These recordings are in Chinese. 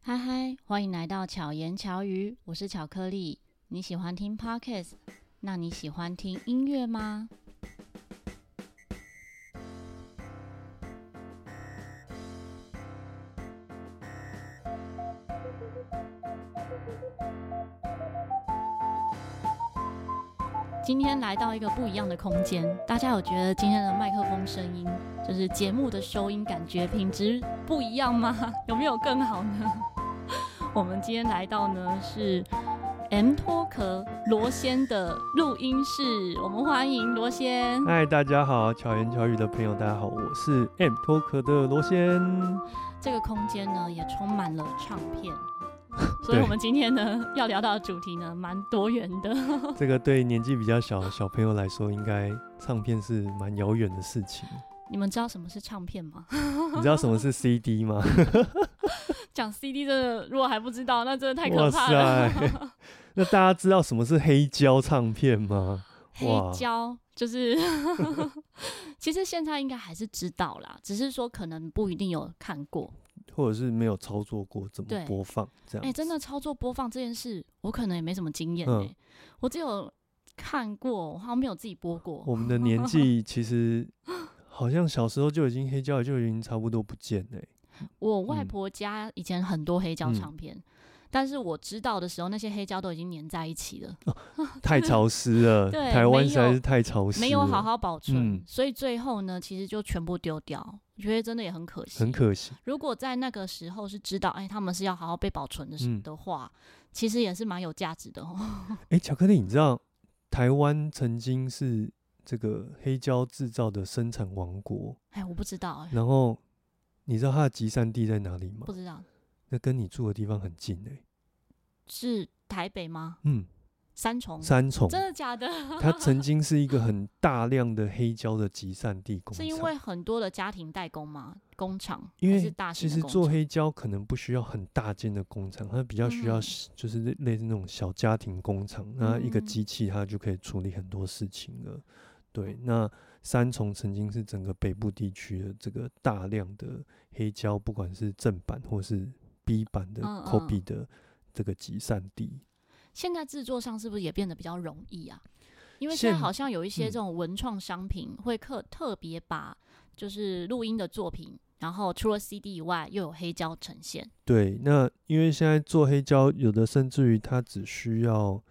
嗨嗨，欢迎来到巧言巧语，我是巧克力。你喜欢听 podcast？那你喜欢听音乐吗？今天来到一个不一样的空间，大家有觉得今天的麦克风声音，就是节目的收音感觉品质不一样吗？ 有没有更好呢？ 我们今天来到呢是 M 脱壳罗先的录音室，我们欢迎罗先。嗨，大家好，巧言巧语的朋友，大家好，我是 M 脱壳的罗先。这个空间呢也充满了唱 片，所以我们今天呢 要聊到的主题呢蛮多元的。 这个对年纪比较小的小朋友来说，应该唱片是蛮遥远的事情。你们知道什么是唱片吗？ 你知道什么是 CD 吗？讲 CD 真的，如果还不知道，那真的太可哇怕了。塞，那大家知道什么是黑胶唱片吗？黑哇胶就是， 其实现在应该还是知道啦，只是说可能不一定有看过。或者是没有操作过怎对么播放这样？哎、真的操作播放这件事，我可能也没什么经验哎、嗯我只有看过，我好像没有自己播过。我们的年 纪其实好像小时候就已经黑胶就已经差不多不见了欸、我外嗯婆家以前很多黑胶嗯唱片。但是我知道的时候，那些黑胶都已经粘在一起了，太潮湿了，哦对台湾没实在有是太潮湿了，没有好好保存，嗯所以最后呢，其实就全部丢掉。我觉得真的也很可惜，很可惜。如果在那个时候是知道，哎，他们是要好好被保存的时嗯的话，其实也是蛮有价值的哦。 哎、巧克力，你知道台湾曾经是这个黑胶制造的生产王国，哎，我不知道，哎，然后你知道它的集散地在哪里吗不？知道那跟你住的地方很近哎、是台北吗？嗯，三重？三重，真的 假的？它曾经是一个很大量的黑胶的集散地工是厂，因为很多的家庭代工吗？工厂因还是为大型其的实工做厂？黑胶可能不需要很大间的工厂，它比较需要嗯是就是类类似那种小家庭工厂，那一个嗯机器它就可以处理很多事情了。对，嗯那三重曾经是整个北部地区的这个大量的黑胶，不管是正版或是 B 版的嗯嗯 copy 的这个集散地。现在制作上是不是也变得比较容易啊？因为现在现好像有一些嗯这种文创商品会特特别把就是录音的作品，然后除了 CD 以外又有黑胶呈现。对，那因为现在做黑胶，有的甚至于它只需要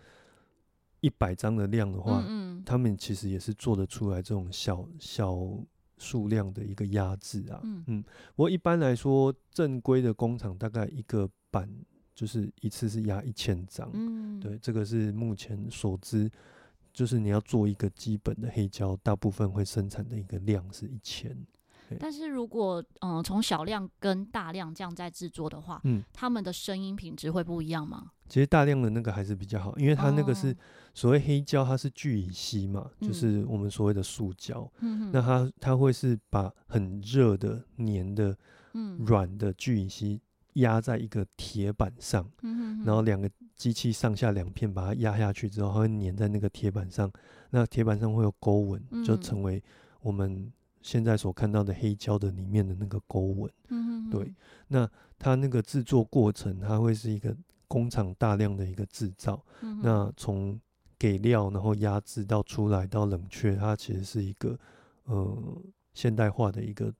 一百张的量的话，嗯他们其实也是做得出来这种小小数量的一个压制啊。嗯不过一般来说，正规的工厂大概一个版就是一次是压一千张，嗯嗯，对，这个是目前所知。就是你要做一个基本的黑胶，大部分会生产的一个量是一千，但是如果嗯从小量跟大量这样在制作的话，嗯，他们的声音品质会不一样吗？其实大量的那个还是比较好，因为它那个是、哦所谓黑胶，它是聚乙烯嘛，嗯就是我们所谓的塑胶，嗯那它它会是把很热的、黏的嗯软的聚乙烯压在一个铁板上，嗯然后两个机器上下两片把它压下去之后，它会粘在那个铁板上，那铁板上会有沟纹，就嗯成为我们现在所看到的黑胶的里面的那个沟纹。嗯对，它那个制作过程，它会是一个工厂大量的一个制造，嗯那从给料，然后压制到出来到冷却，它其实是一个呃现代化的一个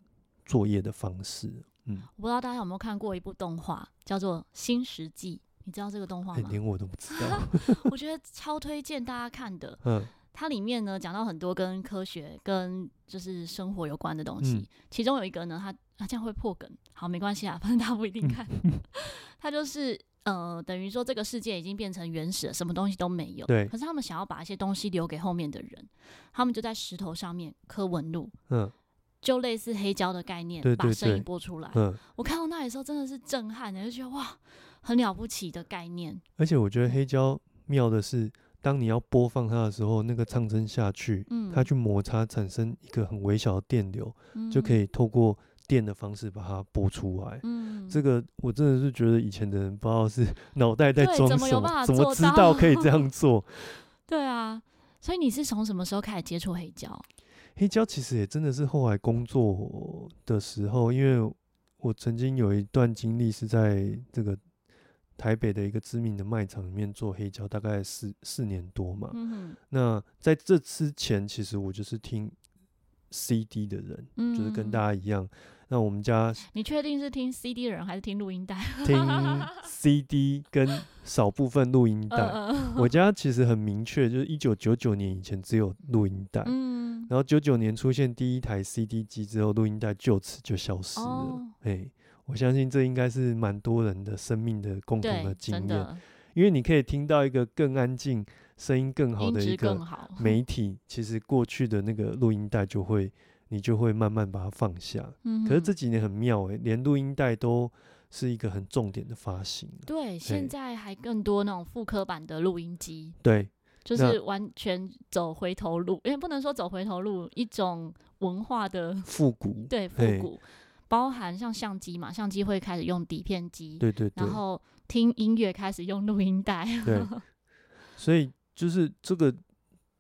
作业的方式。嗯，我不知道大家有没有看过一部动画叫做《新世纪》，你知道这个动画哎吗？连我都不知道。 我觉得超推荐大家看的。嗯它里面呢讲到很多跟科学、跟就是生活有关的东西，嗯其中有一个呢，它啊这样会破梗，好没关系啊，反正大家不嗯一定 看。它就是呃，等于说这个世界已经变成原始了，什么东西都没有。对可是他们想要把一些东西留给后面的人，他们就在石头上面刻纹路，嗯就类似黑胶的概念，对把对声音对播出来。嗯，我看到那里的时候真的是震撼的，就觉得哇，很了不起的概念。而且我觉得嗯黑胶妙的是，当你要播放它的时候，那个唱针下去，嗯，它去摩擦产生一个很微小的电流，就可以，以透过电的方式把它播出来。嗯，这个我真的是觉得以前的人不知道是 脑袋在对装怎么有什办法么，怎么做知到道可以这样做？对啊，所以你是从什么时候开始接触黑胶？黑胶其实也真的是后来工作的时候，因为我曾经有一段经历是在这个台北的一个知名的卖场里面做黑胶，大概四四年多嘛。嗯哼，那在这之前，其实我就是听 CD 的人，嗯就是跟大家一样。那我们家你确定是听 CD 的人还是听录音带？ 听 CD 跟少部分录音带，嗯我家其实很明确，就是一九九九年以前只有录音带，嗯，然后九九年出现第一台 CD 机之后，录音带就此就消失了。哦，哎、我相信这应该是蛮多人的生命的共同对的，经真验，的因为你可以听到一个更安静、声音更好音的一质个更 好。媒体，其实过去的那个录音带就会，你就会慢慢把它放下。嗯哼，可是这几年很妙诶、连录音带都是一个很重点的发行啊了。对现嘿在还更多那种复刻版的录音机，对，就那是完全走回头路，因为不能说走回头路，一种文化的复古，对复嘿古，包含像相机嘛，相机会开始用底片机，对对对然，后听音乐开始用录音带，对，所以就是这个，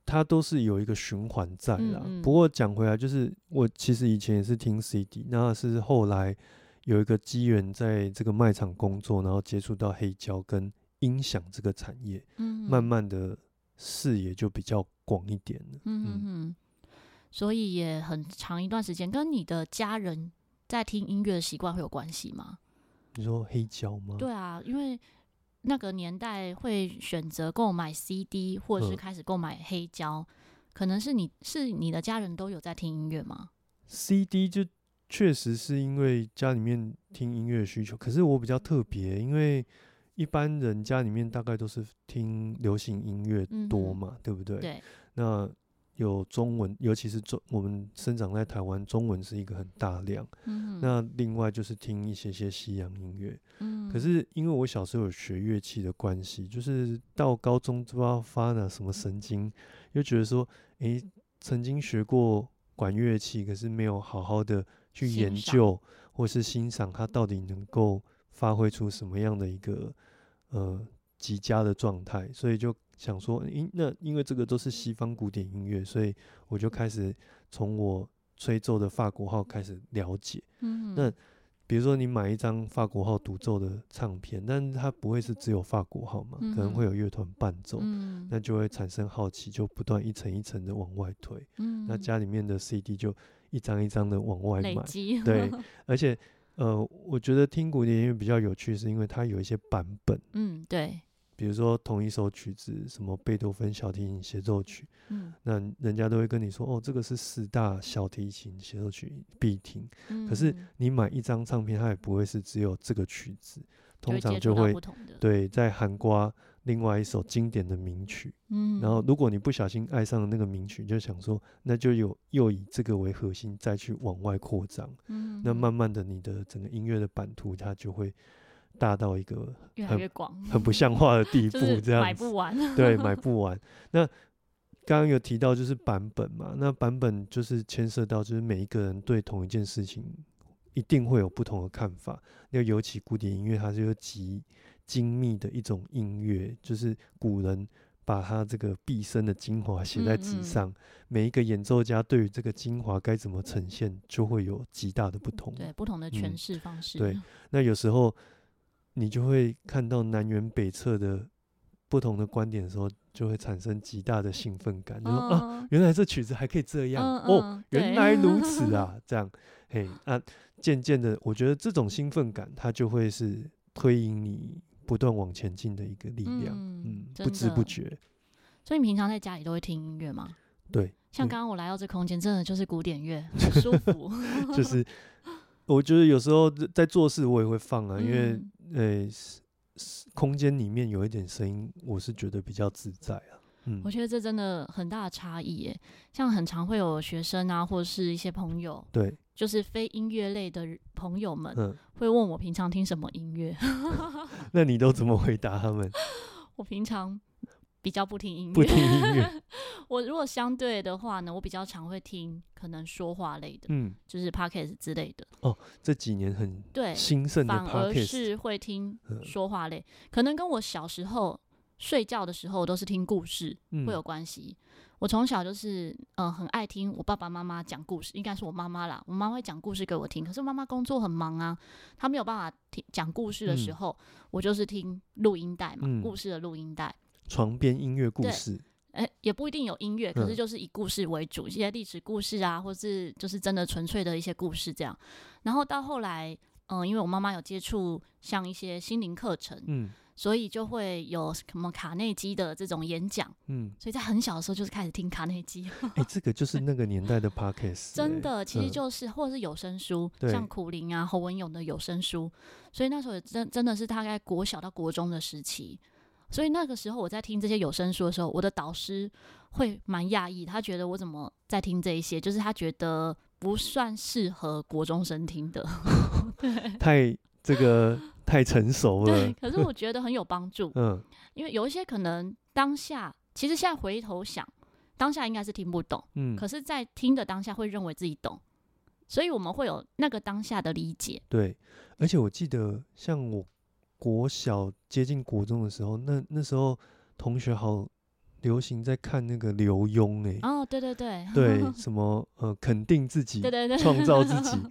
它都是有一个循环在啦。嗯嗯不过讲回来，就是我其实以前也是听 CD，那是后来有一个机缘在这个卖场工作，然后接触到黑胶跟音响这个产业，嗯，慢慢的视野就比较广一点了。嗯嗯嗯嗯，所以也很长一段时间，跟你的家人在听音乐的习惯会有关系吗？你说黑胶吗？对啊，因为那个年代会选择购买 CD，或者是嗯开始购买黑胶，可能是你是你的家人都有在听音乐吗？ CD 就确实是因为家里面听音乐的需求，可是我比较特别，因为一般人家里面大概都是听流行音乐多嗯哼嘛，对不对？对，那有中文，尤其是中，我们生长在台湾，中文是一个很大量。嗯哼，那另外就是听一些些西洋音乐，嗯可是因为我小时候有学乐器的关系，就是到高中不知道发了什么神经，又觉得说，诶、曾经学过管乐器，可是没有好好的去欣研赏究或是欣赏它到底能够发挥出什么样的一个呃极佳的状态，所以就想说，诶、那因为这个都是西方古典音乐，所以我就开始从我吹奏的法国号开始了解。嗯哼那比如说你买一张法国号独奏的唱片，但是它不会是只有法国号嘛，可能嗯会有乐团伴奏，嗯那就会产生好奇，就不断一层一层的往外推。嗯那家里面的 CD 就一张一张的往外累买，积， 对，而且呃，我觉得听古典音乐比较有趣，是因为它有一些版本， 嗯对，比如说同一首曲子，什么贝多芬小提琴协奏曲，嗯，那人家都会跟你说，哦，这个是四大小提琴协奏曲必听。可可是你买一张唱片，它也不会是只有这个曲子，通常接就触到会不同的，，对在含瓜另外一首经典的名曲。嗯，然后，如果你不小心爱上了那个名曲，就想说，那就有又以这个为核心再去往外扩张，嗯那哼慢慢的你的整个音乐的版图它就会大到一个越来很越广，很不像话的地步嗯就，是这买样子不。完， 对，买不完。那刚刚有提到就是版本嘛，那版本就是牵涉到就是每一个人对同一件事情一定会有不同的看法。那尤其古典音乐，它就是极精密的一种音乐，就是古人把他这个毕生的精华写在嗯纸嗯上，每一个演奏家对于这个精华该怎么呈现，就会有极大的不同。对不同的诠嗯释方式，对，那有时候你就会看到南辕北辙的不同的观点的时候，就会产生极大的兴奋感，就说、啊，嗯原来这曲子还可以这样、嗯哦，嗯原对来如此啊，这样，嘿啊，渐渐的，我觉得这种兴奋感，它就会是推引你不断往前进的一个力量，嗯嗯，不知真不的觉， 所以你平常在家里都会听音乐吗？ 对，像嗯刚刚我来到这空间，真的就是古典乐，很 舒服。就是。我觉得有时候在做事，我也会放啊，因为嗯呃，是是空间里面有一点声音，我是觉得比较自在啊。嗯我，觉得这真的很大的差异耶。像很常会有学生啊，或是一些朋友，对，就是非音乐类的朋友们，嗯，会问我平常听什么音乐。 那你都怎么回答他们？我平常比较不听音不乐，听音 乐，我如果相对的话呢，我比较常会听可能说话类的，嗯，就是 podcast 之类的。这几年很对，兴盛的反而 podcast，是会听嗯说话类，可能跟我小时候睡觉的时候都是听故事，嗯会有关系。我从小就是嗯、呃很爱听我爸爸妈妈讲故事，应该是我妈妈啦。我妈会讲故事给我听，可是妈妈工作很忙啊，她没有办法听讲故事的时嗯候，我就是听录音带嘛，嗯故事的录音带。床边音乐故对事，哎、也不一定有音乐，可是嗯就是以故事为主，一些历史故事啊，或是就是真的纯粹的一些故事这样。然后到后来，嗯、因为我妈妈有接触像一些心灵课程，嗯所以就会有什么卡内基的这种演讲， 嗯，所以在很小的时候就是开始听卡内基，哎、这个就是那个年代的 podcast，真哎的，其实嗯就是、或者是有声书，对像苦林啊、侯文勇的有声书，所以那时候也真真的是大概国小到国中的时期，所以那个时候我在听这些有声书的时候，我的导师会蛮讶异，他觉得我怎么在听这一些，就是他觉得不算适合国中生听的，哎太这个太成熟 对了，，可是我觉得很有帮助，嗯因为有一些可能当下，其实现在回头想，当下应该是听不懂。嗯，可是，在听的当下会认为自己懂，所以我们会有那个当下的理解。对，而且我记得，像我国小接近国中的时候，那那时候同学好流行在看那个刘墉哎、哦，对对对，对，什么呃，肯定自 己对，对对，创造自 己。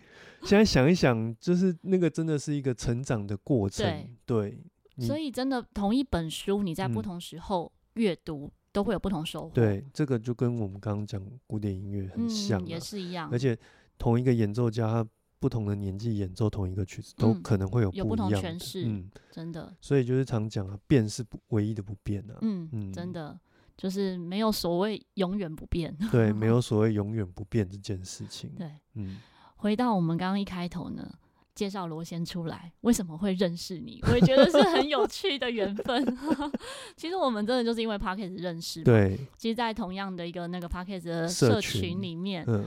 现在想一想，就是那个真的是一个成长的过程，对，你所以真的，同一本书，你在不嗯同时候阅读、都会有不同收获。对，这个就跟我们刚刚讲古典音乐很嗯，像、啊也是一样而，且同一个演奏家，他不同的年纪演奏同一个曲子，都嗯可能会有有不不一同样诠的释嗯，真的，所以就是常讲啊，变是不唯一的不变啊。嗯，嗯真的就是没有所谓永远不变。对，没有所谓永远不变这件事情。 对，嗯，回到我们刚刚一开头呢。介绍罗先出来，为什么会认识你？我也觉得是很有趣的缘分。 其实我们真的就是因为 p o c k e t 认识嘛对，其实，在同样的一个那个 p a c k a g e 的社社群群里面，嗯，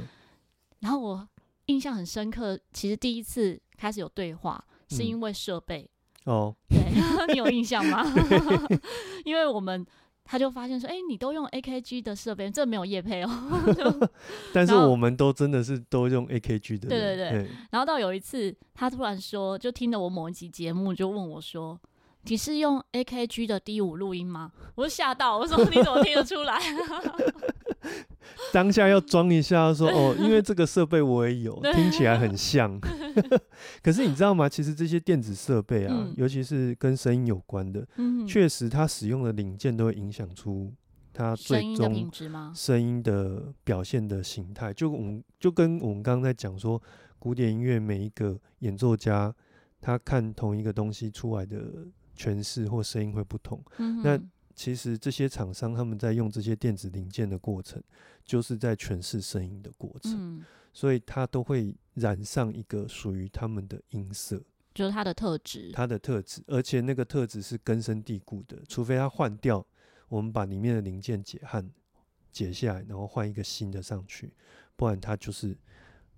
然后我印象很深刻，其实第一次开始有对话，是嗯因为设备，哦，对 你有印象吗？因为我们他就发现说，哎、你都用 AKG 的设备，这没有业配哦。但是然后我们都真的是都用 AKG 的对人，对对，然后到有一次，他突然说，就听了我某一集节目，就问我说。你是用 AKG 的 D 五录音吗？我就吓到，我说 你怎么听得出来？当下要装一下说哦，因为这个设备我也有，听起来很 像。可是你知道吗？其实这些电子设备啊，嗯尤其是跟声音有关的，嗯，确实它使用的零件都会影响出它声最音的品终质吗？声音的表现的形态。就我们就跟我们刚刚在讲说，古典音乐每一个演奏家，他看同一个东西出来的诠释或声音会不同。嗯那哼其实这些厂商他们在用这些电子零件的过程，就是在诠释声音的过程，嗯，所以它都会染上一个属于他们的音色，就是它的特质，它的特质，而且那个特质是根深蒂固的，除非它换掉，我们把里面的零件解焊解下来，然后换一个新的上去，不然它就是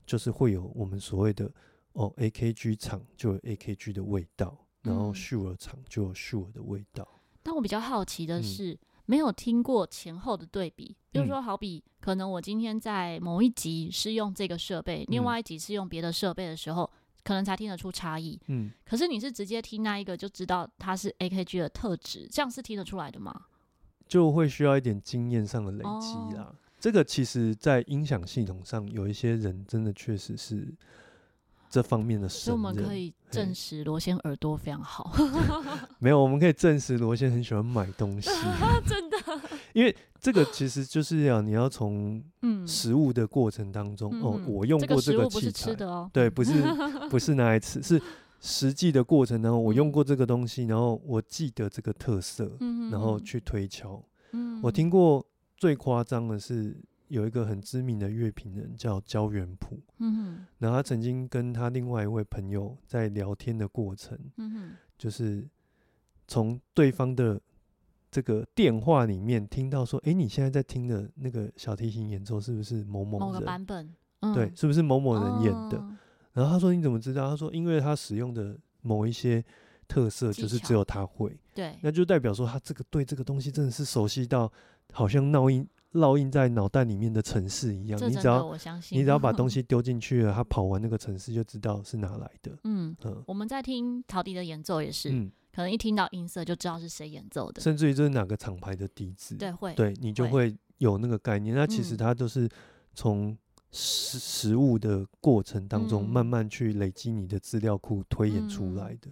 就是会有我们所谓的哦 AKG 厂就有 AKG 的味道，然后嗯 Shure 厂就有 Shure 的味道，但我比较好奇的嗯是，没有听过前后的对比。比如嗯说，好比可能我今天在某一集是用这个设备，另嗯外一集是用别的设备的时候，可能才听得出差异。嗯。可是你是直接听那一个就知道它是 AKG 的特质，这样是听得出来的吗？就会需要一点经验上的累哦积啦。这个其实，在音响系统上，有一些人真的确实是这方面的所以神我们可人。以证实罗先耳朵非常好，没有，我们可以证实罗先很喜欢买东西， 真的。因为这个其实就是要你要从嗯，食物的过程当中，哦嗯，哼我用这过这食物个不器是吃材，的哦。 对，不是不是拿来吃，是实际的过程当中，我用嗯过这个东西，然后我记得这个特色，嗯然后，去推敲。嗯我听，过最夸张的是有一个很知名的乐评人叫焦元溥，嗯然后他曾经跟他另外一位朋友在聊天的过程，哼嗯哼，就是从对方的这个电话里面听到说，诶，你现在在听的那个小提琴演奏是不是某某某个人？版本，对，嗯，是不是某某人演的？哦然后他说你怎么知道？他说因为他使用的某一些特色，技就是只巧有他会。对，那就代表说他这个对这个东西真的是熟悉到好像烙印烙印在脑袋里面的城市一样。这你真只的要我相信。 你只要把东西丢进去了，他跑完那个城市就知道是哪来的。嗯，嗯我们在听陶笛的演奏也是，嗯，可能一听到音色就知道是谁演奏的。甚至于这是哪个厂牌的笛子，对，会，对你就会会有那个概念。那其实嗯它都是从实实物的过程当中，嗯慢慢去累积你的资料库推演出来的。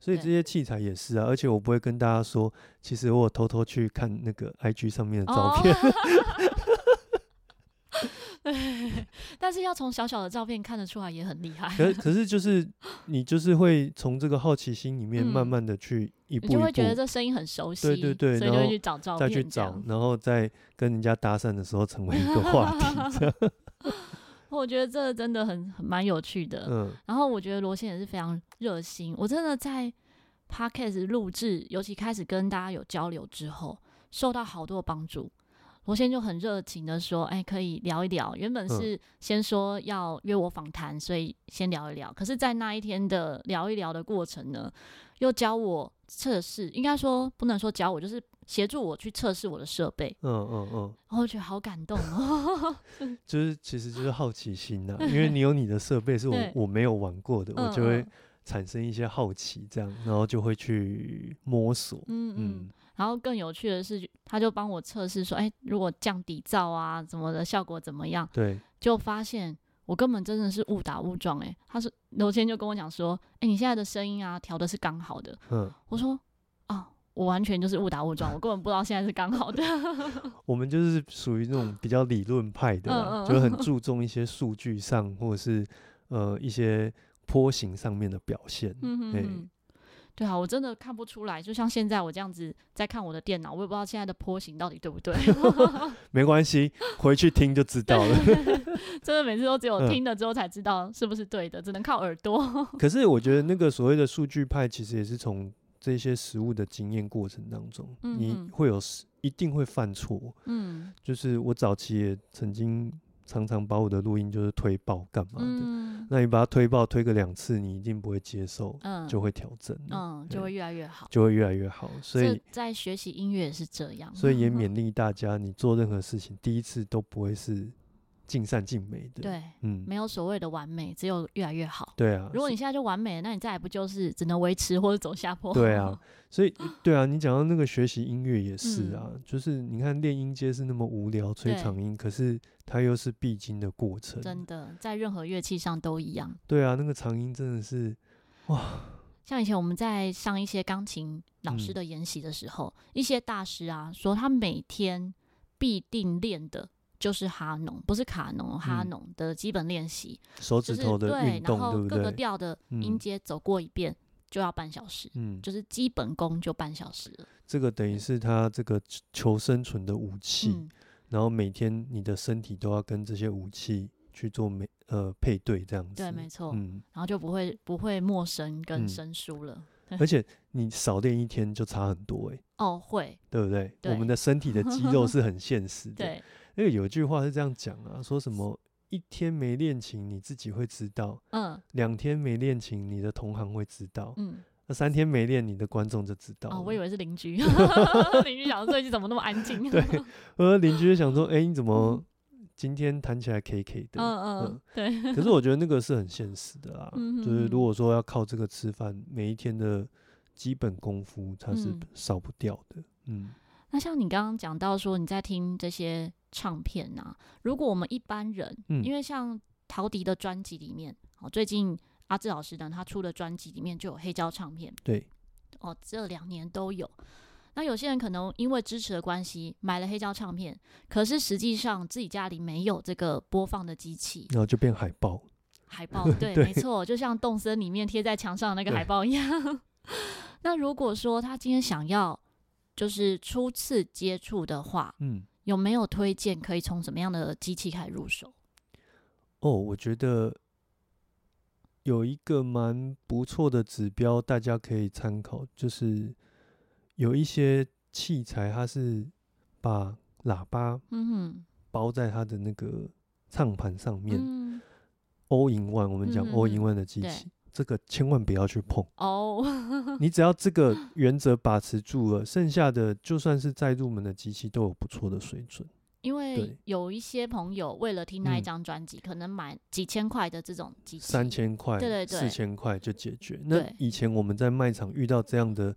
所以这对些器材也是啊，而且我不会跟大家说，其实我有偷偷去看那个 IG 上面的哦照片，对， 但是要从小小的照片看得出来也很厉害，可可 是就是你就是会从这个好奇心里面嗯慢慢的去一步你一就步会觉得这声音很熟悉，对对对所以就然会后去找照再片去这找样，。然后再跟人家搭讪的时候成为一个话 题，这样我觉得这真的很很蛮有趣的。嗯然后我觉得罗先也是非常热心，我真的在 podcast 录制，尤其开始跟大家有交流之后，受到好多帮助。罗先就很热情的说：“哎，可以聊一聊。原本嗯是先说要约我访谈，所以先聊一聊。可是，在那一天的聊一聊的过程呢，又教我测试，应该说不能说教我，就是协助我去测试我的设备。嗯嗯嗯，然后我觉得好感动哦。 就是其实就是好奇心啊 呐、因为你有你的设备是我对我没有玩过的，我就嗯会产生一些好奇，这样，然后就会去摸索，嗯嗯嗯，然后更有趣的是，他就帮我测试说，哎，如果降底噪啊怎么的效果怎么样，对，就发现我根本真的是误打误撞哎、他说刘谦就跟我讲说，哎，你现在的声音啊调的是刚好的。嗯，我说啊，我完全就是误打误撞，我根本不知道现在是刚好 的。我们就是属于那种比较理论派的啦，嗯嗯就很注重一些数据上或者是呃一些波形上面的表现，嗯哼嘿哼。对啊，我真的看不出来。就像现在我这样子在看我的电脑，我也不知道现在的波形到底对不对。没关系，回去听就知道了。 真的每次都只有嗯听了之后才知道是不是对的，只能靠耳 朵。可是我觉得那个所谓的数据派，其实也是从这些实物的经验过程当中，嗯嗯你会有时一定会犯错。嗯就是我早期也曾经常常把我的录音就是推爆干嘛的，嗯那你把它推爆推个两次，你一定不会接受，嗯，就会调整了，嗯，就对会越来越好。就会越来越好。所这以在学习音乐也是这样，所以也勉励大家，你做任何事情第一次都不会是尽善尽美的。， 对，嗯，没有所谓的完美，只有越来越好。对啊。如果所以你现在就完美了，那你再也不就是只能维持或者走下坡？对啊，所以对啊，你讲到那个学习音乐也是啊，就是你看练音阶是那么无聊，吹嗯对长音，可是它又是必经的过 程。真的，在任何乐器上都一样。对啊，那个长音真的是像以前我们在上一些钢琴老师嗯的研习的时候，一些大师啊说他每天必定练的就是哈农，不是卡农，哈嗯农的基本练习，手就指是头的对运，然动，后不各个对？调的音嗯阶走过一遍就要半小时，嗯，就是基本功就半小时了。这个等于是他这个求求生存的武器，嗯，然后每天你的身体都要跟这些武器去做每呃配对这样子。对，没错，嗯，然后就不会不会陌生跟嗯生疏了。而且你少练一天就差很多哎、哦，会，对不对？对我们的身体的肌 肉是很现实的。对，那个有一句话是这样讲啊，说什么一天没练琴你自己会知道，嗯两天没练琴你的同行会知道，嗯，那三天没练你的观众就知道了。哦，我以为是邻 居， 邻居想说最近怎么那么安静？对 嗯，我的邻居就想 说，哎、你怎么嗯今天弹起来 K K 的？嗯嗯， 对，可是我觉得那个是很现实的啦，嗯哼就是如哼果说要靠这个吃饭，每一天的基本功夫它是嗯少不掉的。嗯，那像你刚刚讲到说你在听这些唱片啊，如果我们一般人，嗯因为像陶笛的专辑里面，哦，最近阿志老师呢他出的专辑里面就有黑胶唱片，对，哦，这两年都有。那有些人可能因为支持的关系买了黑胶唱片，可是实际上自己家里没有这个播放的机器然后就变海报，海报，对，嗯 对没错，就像动森里面贴在墙上的那个对海报一样。 那如果说他今天想要就是初次接触的话，嗯，有没有推荐可以从什么样的机器开始入手？哦，我觉得有一个蛮不错的指标，大家可以参考，就是有一些器材它是把喇叭嗯包在它的那个唱盘上哼，面，嗯， all in one，我们讲嗯嗯 all in 嗯 one 的机对器，这个千万不要去碰。哦， 你只要这个原则把持住了，剩下的就算是再入门的机器都有不错的水准。因为对有一些朋友为了听那一嗯张专辑，可能买几千块的这种机器，三千块、对对对四千块就解决。那对以前我们在卖场遇到这样的，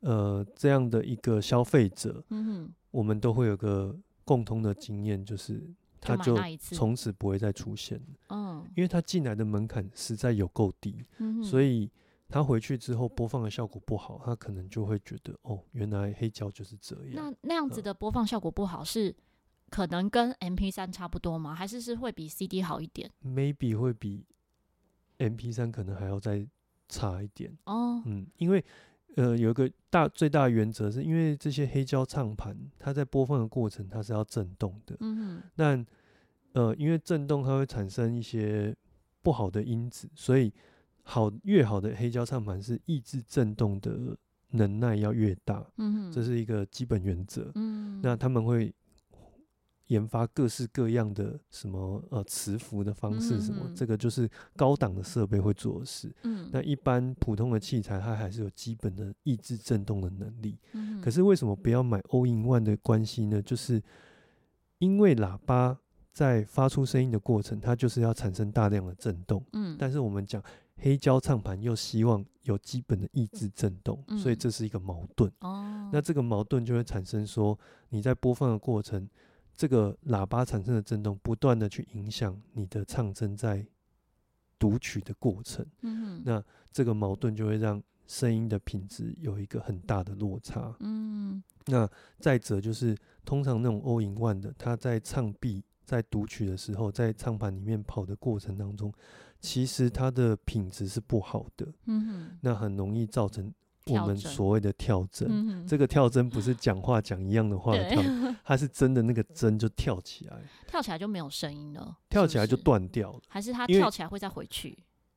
呃，这样的一个消费者，嗯哼，我们都会有个共通的经验，就是他就就买那一次，从此不会再出现了，嗯因为他进来的门槛实在有够低，嗯哼，所以以他回去之后播放的效果不好，他可能就会觉得哦，原来黑胶就是这样。那那样子的播放效果不好是。可能跟 M P 三差不多吗？还是是会比 C D 好一点 maybe 会比 MP 三可能还要再差一点。哦？嗯，因为呃有一个大最大的原则是因为这些黑胶唱盘，它在播放的过程它是要震动的，嗯哼，但呃因为震动它会产生一些不好的因子，所以好越好的黑胶唱盘是抑制震动的能耐要越大，嗯哼，这是一个基本原则。嗯，那他们会。研发各式各样的什么呃磁浮的方式，什么、嗯嗯嗯这个就是高档的设备会做的事。嗯，那一般普通的器材，它还是有基本的抑制震动的能力。嗯哼可是为什么不要买 all in one 的关系呢？就是因为喇叭在发出声音的过程，它就是要产生大量的震动。嗯，但是我们讲黑胶唱盘又希望有基本的抑制震动，所以嗯这是一个矛盾。哦，那这个矛盾就会产生说，你在播放的过程，这个喇叭产生的震动不断的去影响你的唱针在读取的过程。嗯哼那这个矛盾就会让声音的品质有一个很大的落差。嗯那再者就是，通常那种欧银万的，他在唱臂、在读取的时候，在唱盘里面跑的过程当中，其实它的品质是不好的，嗯哼那很容易造成我跳们针所谓的跳针。嗯哼，这个跳针不是讲话讲一样的话的对跳， 它是真的那个针就跳起来，跳起来就没有声音了，跳是不，起来就是断掉了。还是他因为跳起来会再回去？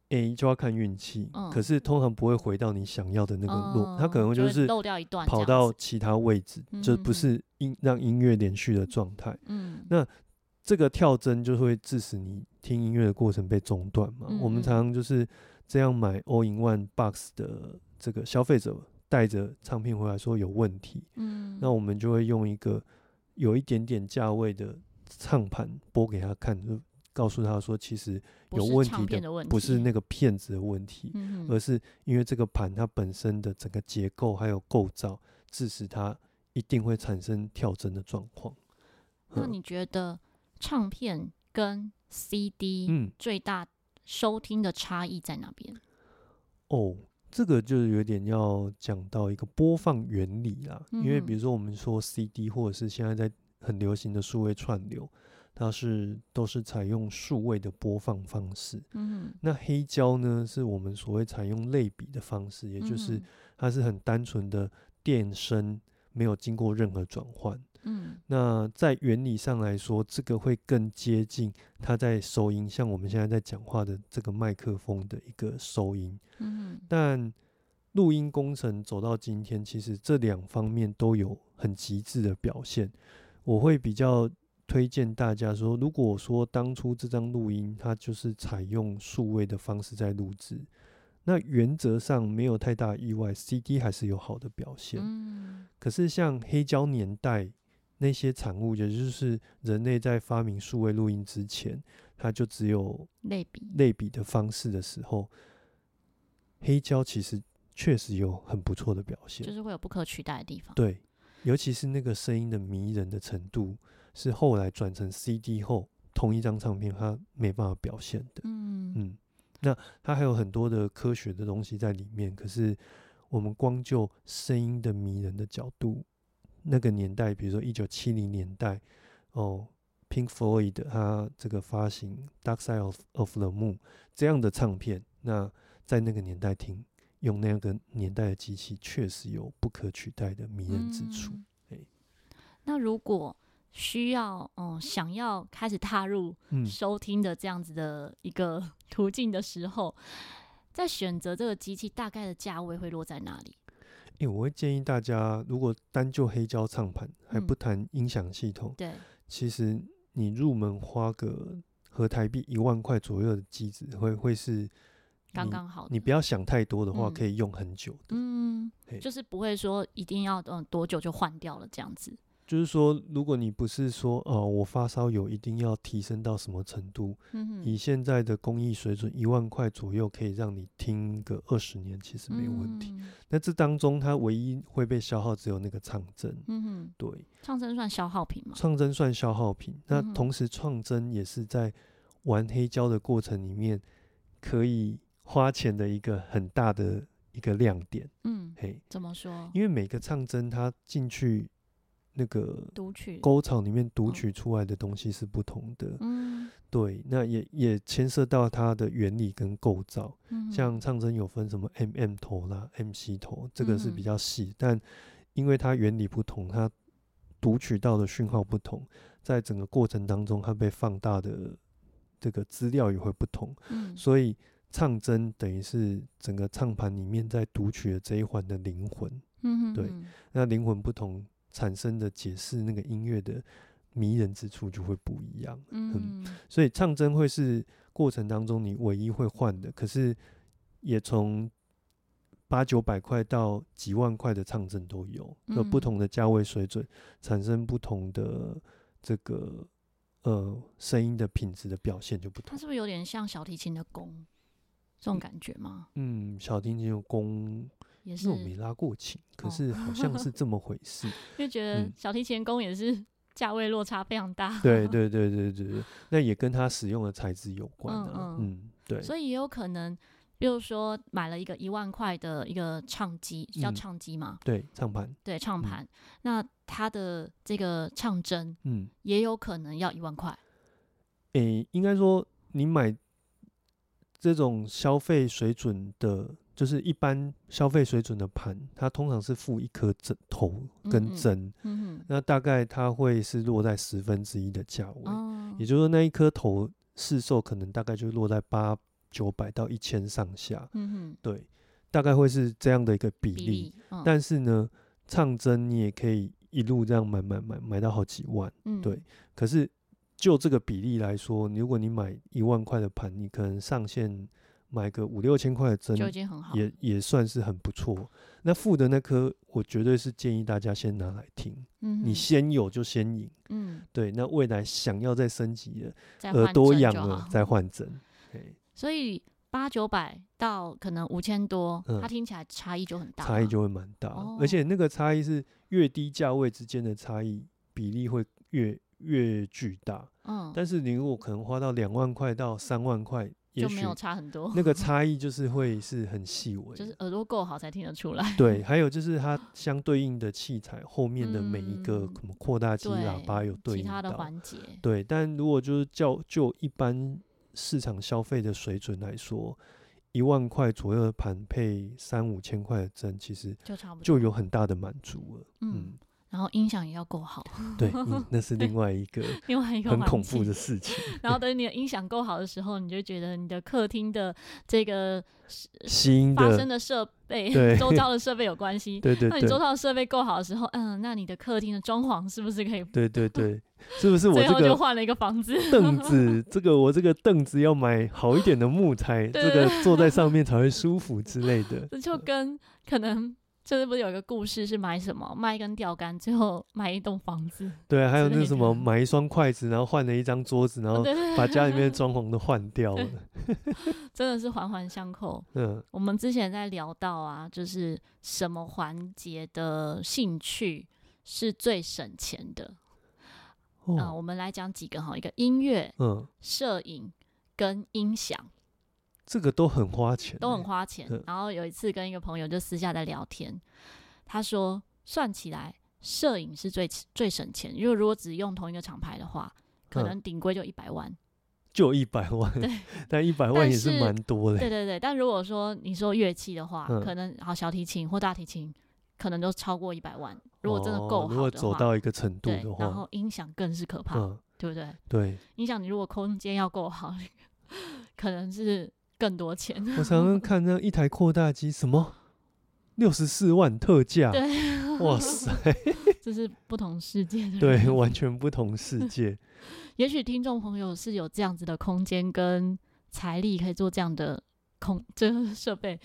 诶、就要看运气，嗯可是通常不会回到你想要的那个路，它嗯可能就就是漏掉一段这跑样到子其他位置，就嗯嗯嗯不是音让音乐连续的状态。嗯那这个跳针就会致使你听音乐的过程被中断嘛。嗯我们嗯常常就是这样买 All in One Box 的这个消费者带着唱片回来说有问题，嗯，那我们就会用一个有一点点价位的唱盘播给他看，就告诉他说其实不有是问唱题片的的问题，不是那个骗子的问题，嗯而哼是因为这个盘它本身的整个结构还有构造，致使它一定会产生跳针的状况。那嗯你觉得唱片跟 CD 嗯最大收听的差异在哪边？哦，这个就是有点要讲到一个播放原理啦，因嗯为哼比如说我们说 CD 或者是现在在很流行的数位串流，它是都是采用数位的播放方式。嗯那黑胶呢，是我们所谓采用类比的方式，也哼，就是嗯它是很单纯的电声，没有经过任何转换。嗯那在原理上来说，这个会更接近它在收音，像我们现在在讲话的这个麦克风的一个收音。嗯哼但录音工程走到今天，其实这两方面都有很极致的表现。我会比较推荐大家说，如果说当初这张录音它就是采用数位的方式在录制，那原则上没有太大意外，CD 还是有好的表现。嗯可是像黑胶年代那些产物，也就是人类在发明数位录音之前，它就只有类比，类比的方式的时候，黑胶其实确实有很不错的表现。就是会有不可取代的地方。对，尤其是那个声音的迷人的程度，是后来转成 CD 后，同一张唱片它没办法表现的。嗯嗯，那它还有很多的科学的东西在里面。可是我们光就声音的迷人的角度，那个年代，比如说一九七零年代，哦，Pink Floyd 它这个发行《Dark Side of of the Moon》这样的唱片，那在那个年代听，用那个年代的机器，确实有不可取代的迷人之处。嗯哎那如果需要，嗯，想要开始踏入嗯收听的这样子的一个 途径的时候，在选择这个机器大概的价位会落在哪里？诶我会建议大家，如果单就黑胶唱盘，还嗯不谈音响系统。对，其实你入门花个和台币一万块左右的机子，会会是刚你刚好你的。不要想太多的话，嗯可以用很久的，嗯嘿，呃就是不会说一定要嗯多久就换掉了这样子。就是说，如果你不是说呃，我发烧友一定要提升到什么程度，嗯哼以现在的工艺水准，一万块左右可以让你听个二十年，其实没有问嗯题。。那这当中，它唯一会被消耗只有那个唱针，嗯哼，对，唱针算消耗品吗？创针算消耗品。那嗯哼同时，创针也是在玩黑胶的过程里面可以花钱的一个很大的一个亮点，嗯，嘿，怎么说？因为每个唱针它进去那个读取，沟槽里面读嗯取出来的东西是不同的，嗯，对，那也也牵涉到它的原理跟构造。嗯哼像唱针有分什么 MM 头啦、MC 头，这个是嗯比较细，但因为它原理不同，它读取到的讯号不同，在整个过程当中，它被放大的这个资料也会不同，嗯所以唱针等于是整个唱盘里面在读取的这一环的灵魂，嗯哼对嗯那灵魂不同产生的解释那个音乐的迷人之处就会不一样。嗯所以唱针会是过程当中你唯一会换的，可是也从八九百块到几万块的唱针都有，那、嗯不同的价位水准产生不同的这个呃声音的品质的表现就不它同。是不是有点像小提琴的弓这种感觉吗？嗯，小提琴有弓，也因是，为我没拉过琴，可哦是好像是这么回 事。就觉得嗯小提琴的弓也是 价位落差非常大。 对对对对对对，那也跟它使用的材质有关嗯啊。嗯嗯，对。所以也有可能，比如说买了一个一万块的一个唱机，叫嗯唱机嘛，对，唱盘，对，唱嗯盘，那它的这个唱针嗯，也有可能要一万块。诶、应该说你买这种消费水准的，就是一般消费水准的盘，它通常是附一颗针头嗯跟嗯针，嗯那大概它会是落在十分之一的价位，哼，也就是说那一颗头市售可能大概就落在八九百到一千上下，嗯哼，对，大概会是这样的一个比比例。例，嗯但是呢，唱针你也可以一路这样买买买买到好几万。嗯对，可是就这个比例来说，如果你买一万块的盘，你可能上限买个五六千块的针，就已经很好了。也也算是很不错。那负的那颗，我绝对是建议大家先拿来听，嗯你哼先有就先赢。嗯，对，那未来想要再升级的，再耳换朵针痒就了好再换针。嘿所以八九百到可能五千多，嗯它听起来差异就很大嘛，差异就会蛮大，哦而且那个差异是越低价位之间的差异比例会越越巨大。嗯，但是你如果可能花到两万块到三万块，也就许没有差很 多，那个差异就是会是很细微的，就是嗯耳朵够好才听得出 来。对，还有就是它相对应的器材后面的每一个嗯什么扩大机、对喇叭有对其应他的到，环节，对。但如果就是较就一般市场消费的水准来说，一万块左右的盘配三五千块的针，其实就差不多。就有很大的满足了。嗯，然后音响也要够 好，嗯，对，嗯那是另外一 个另外一个很环恐怖境的事情，然后等你的音响够好的时候，你就觉得你的客厅的这个新发生的，的设备对 周遭的设备有关系。对对那你周对。遭的设备够好的时候，嗯，那你的客厅的装潢是不是 可以？对对 对，是不是我最这后个就换了一个房子， 凳子，这个我这个凳子要买好一点的木 材，对。这个坐在上面才会舒服之类的这就跟可能就是不是有一个故事是买什么卖一根钓竿，最后买一栋房子，对，啊还有之那类什么，的买一双筷子，然后换了一张桌子，然后对对，把家里面的装潢都换掉了。真的是环环相扣。嗯我们之前在聊到啊，就是什么环节的兴趣是最省钱的。啊、哦我们来讲几个哈，一个音乐、嗯，摄影跟音响这个都很花钱欸，都很花钱嗯。然后有一次跟一个朋友就私下在聊天，他说算起来摄影是最最省钱，因为如果只用同一个厂牌的话，可嗯能顶规就一百万。就一百万，但一百万但也是是蛮多对的。对对，但如果说你说乐器的话，嗯可能好小提琴或大提琴，可能都超过一百万。如果真的哦够如好果的走话，到一个程度对的，然话后，音响更是可怕，嗯，对不对？ 对。音响你如果空间要够好， 可能是更多钱。我常常看那一台扩大机，什么六十四万特价，对， 哇塞，这是不同世界的。对，，完全不同世界。也许听众朋友是有这样子的空间跟财力，可以做这样的空这个设备，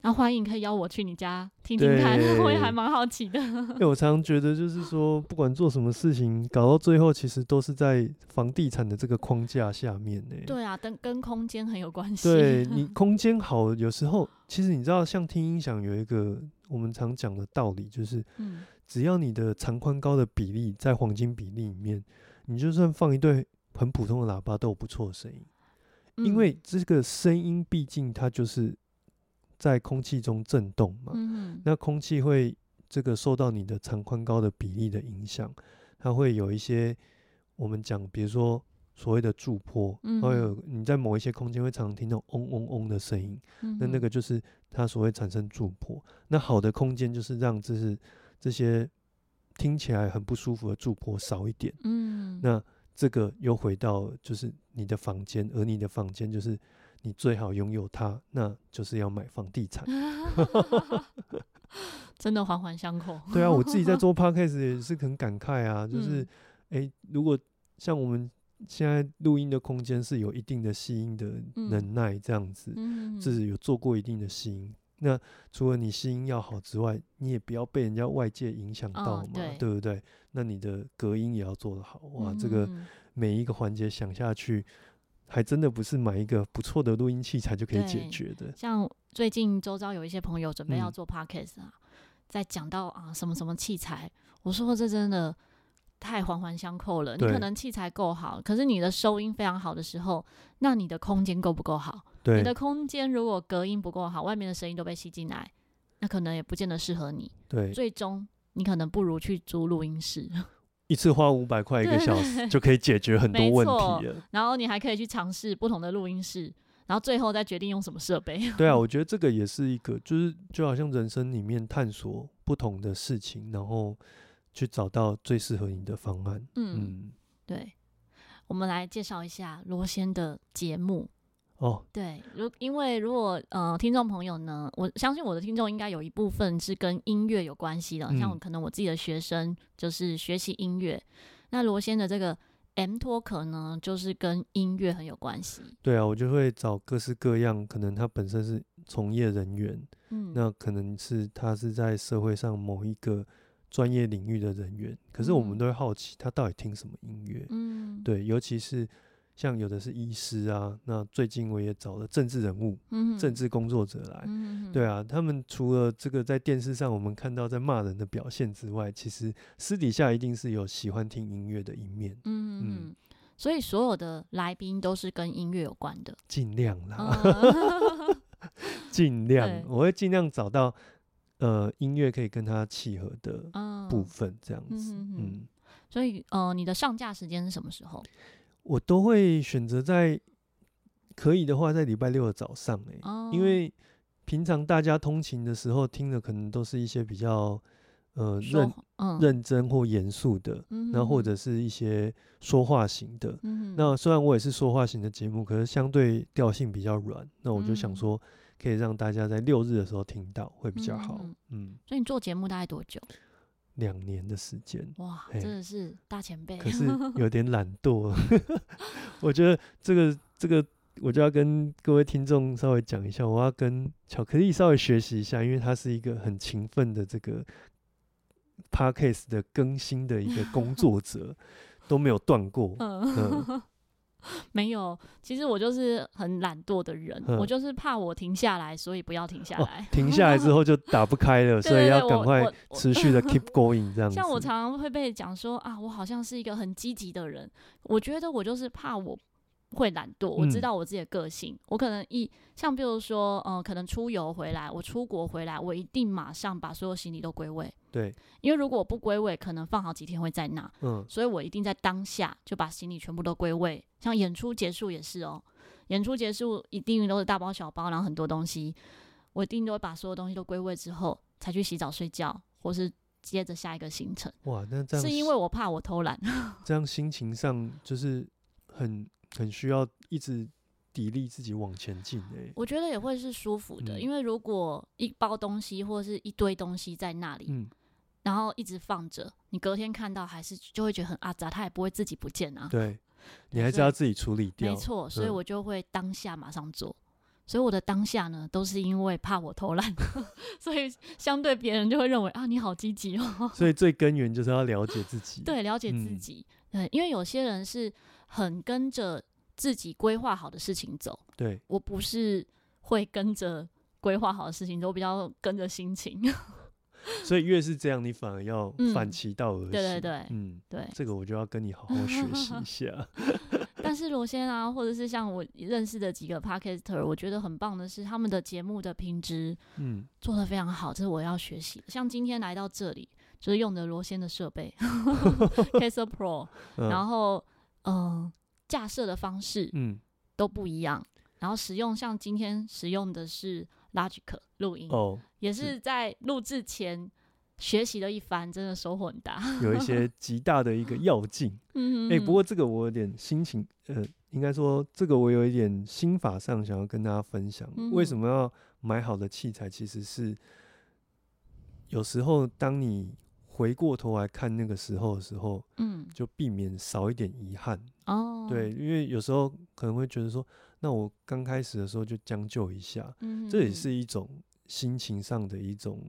那欢迎可以邀我去你家听听看， 对我也还蛮好奇 的。因为我常常觉得，就是说，不管做什么事情，搞到最后，其实都是在房地产的这个框架下面呢、对嗯啊，跟跟空间很有关系。对，你空间好，有时候其实你知道，像听音响有一个我们常讲的道理，就是嗯，只要你的长宽高的比例在黄金比例里面，你就算放一对很普通的喇叭都有不错的声音，嗯因为这个声音毕竟它就是在空气中震动嘛，嗯那空气会这个受到你的长宽高的比例的影响，它会有一些我们讲，比如说所谓的驻坡，嗯还有你在某一些空间会常常听到嗡嗡嗡的声音，嗯那那个就是它所谓产生驻坡。那好的空间就是让这是这些听起来很不舒服的驻坡少一点。嗯那这个又回到就是你的房间，而你的房间就是你最好拥有它，那就是要买房地产。嗯 真的环环相 扣。 对啊，我自己在做 podcast 也是很感慨啊，就是嗯诶，如果像我们现在录音的空间是有一定的吸音的能耐，这样子，嗯，自己有做过一定的吸音。那除了你吸音要好之外，你也不要被人家外界影响到哦嘛，对对不对？那你的隔音也要做得好哇，这个嗯每一个环节想下去，还真的不是买一个不错的录音器材就可以解对决的。像最近周遭有一些朋友准备要嗯做 podcast 啊，在讲到啊什么什么器材，我说这真的太环环相扣了。你对可能器材够好，可是你的收音非常好的时候，那你的空间够不够好？你对的空间如果隔音不够好，外面的声音都被吸进来，那可能也不见得适合你。对，最终你可能不如去租录音室，一次花五百块一个对小时就可以解决很多没问错题了。 然后你还可以去尝试不同的录音室，然后最后再决定用什么设备。 对啊，我觉得这个也是一个，就是就好像人生里面探索不同的事情，然后去找到最适合你的方案。嗯，嗯，对。我们来介绍一下罗先的节目。哦，对，如因为如果呃听众朋友呢，我相信我的听众应该有一部分是跟音乐有关系的，嗯像我可能我自己的学生就是学习音乐，那罗先的这个 M Talk 呢，就是跟音乐很有关系。对啊，我就会找各式各样，可能他本身是从业人员，嗯，那可能是他是在社会上某一个专业领域的人员，可是我嗯们都会好奇他到底听什么音乐。嗯，对，尤其是像有的是医师啊，那最近我也找了政治人物、嗯，政治工作者来，嗯，嗯，对啊，他们除了这个在电视上我们看到在骂人的表现之外，其实私底下一定是有喜欢听音乐的一面，嗯嗯嗯，所以所有的来宾都是跟音乐有关的。尽量啦，嗯 尽量对，我会尽量找到呃音乐可以跟它契合的嗯部分，这样子，嗯嗯嗯嗯，所以呃，你的上架时间是什么时候？我都会选择在可以的话在礼拜六的早上哎、哦，因为平常大家通勤的时候听的可能都是一些比较呃说认嗯，认真或严肃的。嗯，然后或者是一些说话型的。嗯，嗯那虽然我也是说话型的节目，可是相对调性比较软，那我就嗯想说，可以让大家在六日的时候听到会比较好嗯。嗯，所以你做节目大概多久？两年的时间，哇，嘿真的是大前辈。啊可是 有点懒惰。 我觉得这个这个，我就要跟各位听众稍微讲一下，我要跟巧克力稍微学习一下，因为他是一个很勤奋的这个 podcast 的更新的一个工作者，都没有断过。嗯， 没有，其实我就是很懒惰的人，嗯我就是怕我停下来，所以不要停下哦来。停下来之后就打不开 了，对所以对要对赶我快我我持续的 keep going 这样子。 像我常常会被讲说啊，我好像是一个很积极的人，我觉得我就是怕我。会懒惰，我知嗯道我自己的个性。我可能一像，比如说，呃，可能出游回来，我出国回来，我一定马上把所有行李都归位，对，因为如果我不归位，可能放好几天会在那。嗯，所以我一定在当下就把行李全部都归位。像演出结束也是哦，演出结束一定都是大包小包，然后很多东西，我一定都会把所有东西都归位之后，才去洗澡睡觉，或是接着下一个行程。哇，那这样嗯是因为我怕我偷懒，这样心情上就是很很需要一直砥砺自己往前进欸诶、 我觉得也会是舒服的，嗯因为如果一包东西或是一堆东西在那里，嗯，然后一直放着，你隔天看到还是就会觉得很阿杂，它也不会自己不见啊。 对，你还是所以要自己处理掉没。错，所以嗯我就会当下马上做。所以我的当下呢，都是因为怕我偷懒， 所以相对别人就会认为啊，你好积极哦。 所以最根源就是要了解自己。对，了解自嗯己。对，因为有些人是很跟着自己规划好的事情走，对，我不是会跟着规划好的事情走，我比较跟着心情。 所以越是这样，你反而要嗯反其道而行。对对对嗯，对，这个我就要跟你好好学习一下。 但是罗先啊，或者是像我认识的几个 podcaster，我觉得很棒的是他们的节目的品质嗯，做得非常好，这是我要学习的。像今天来到这里，就是用的罗先的设 备 ，Caser Pro，嗯然后嗯、呃架设的方式嗯，都不一样，然后使用像今天使用的是 Logic 录音，哦，也是是在录制前学习了一番，真的收获很 大。有 一些极大的一个要劲。嗯，哎、不过这个我有点心情，呃，应该说这个我有一点心法上想要跟大家分享。为什嗯么要买好的器材？其实是有时候当你回过头来看那个时候的时候，嗯就避免少一点遗憾。哦，对，，因为有时候可能会觉得说，那我刚开始的时候就将就一下，嗯这也嗯是一种心情上的一种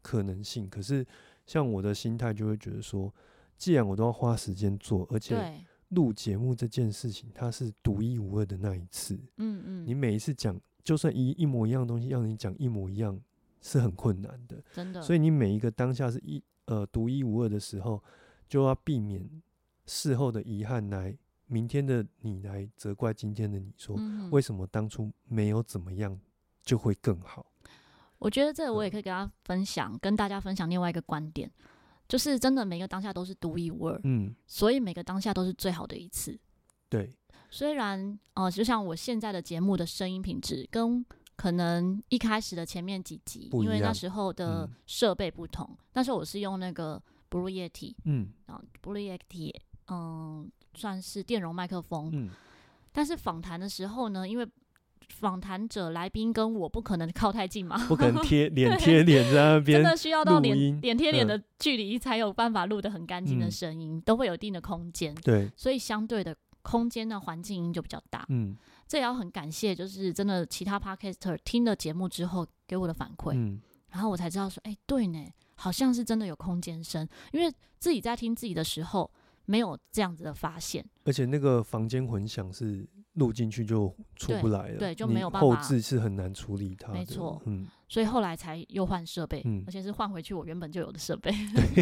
可能性。可是像我的心态就会觉得说，既然我都要花时间做，而且对，录节目这件事情，它是独一无二的那一次。嗯嗯，你每一次讲，就算一一模一样的东西，让你讲一模一样是很困难的。真的，所以你每一个当下是一呃独一无二的时候，就要避免事后的遗憾来，明天的你来责怪今天的你说，嗯为哼，什么当初没有怎么样就会更好？我觉得这嗯我也可以跟大家分享，跟大家分享另外一个观点，就是真的每个当下都是独一无二，嗯，所以每个当下都是最好的一次。对，虽然哦、呃就像我现在的节目的声音品质跟可能一开始的前面几集，不因为一那样时候的嗯设备不同，那时候我是用那个 Blue Yeti 嗯啊，Blue Yeti，嗯，算是电容麦克风，嗯，但是访谈的时候呢，因为访谈者来宾跟我不可能靠太近嘛，不可能 贴脸贴脸在那真边，的需要到录音脸脸贴脸嗯的距离才有办法录得很干净的嗯声音，都会有一定的空间，对，所以相对的空间的环境音就比较大。嗯这也要很感谢，就是真的其他 podcaster 听了节目之后给我的反馈，嗯，然后我才知道说，哎、对呢，好像是真的有空间声，因为自己在听自己的时候没有这样子的发现。而且那个房间混响是录进去就出不对来了，对就你没有办后法置是很难处理它的，没错嗯，所以后来才又换设备，嗯而且是换回去我原本就有的 设备，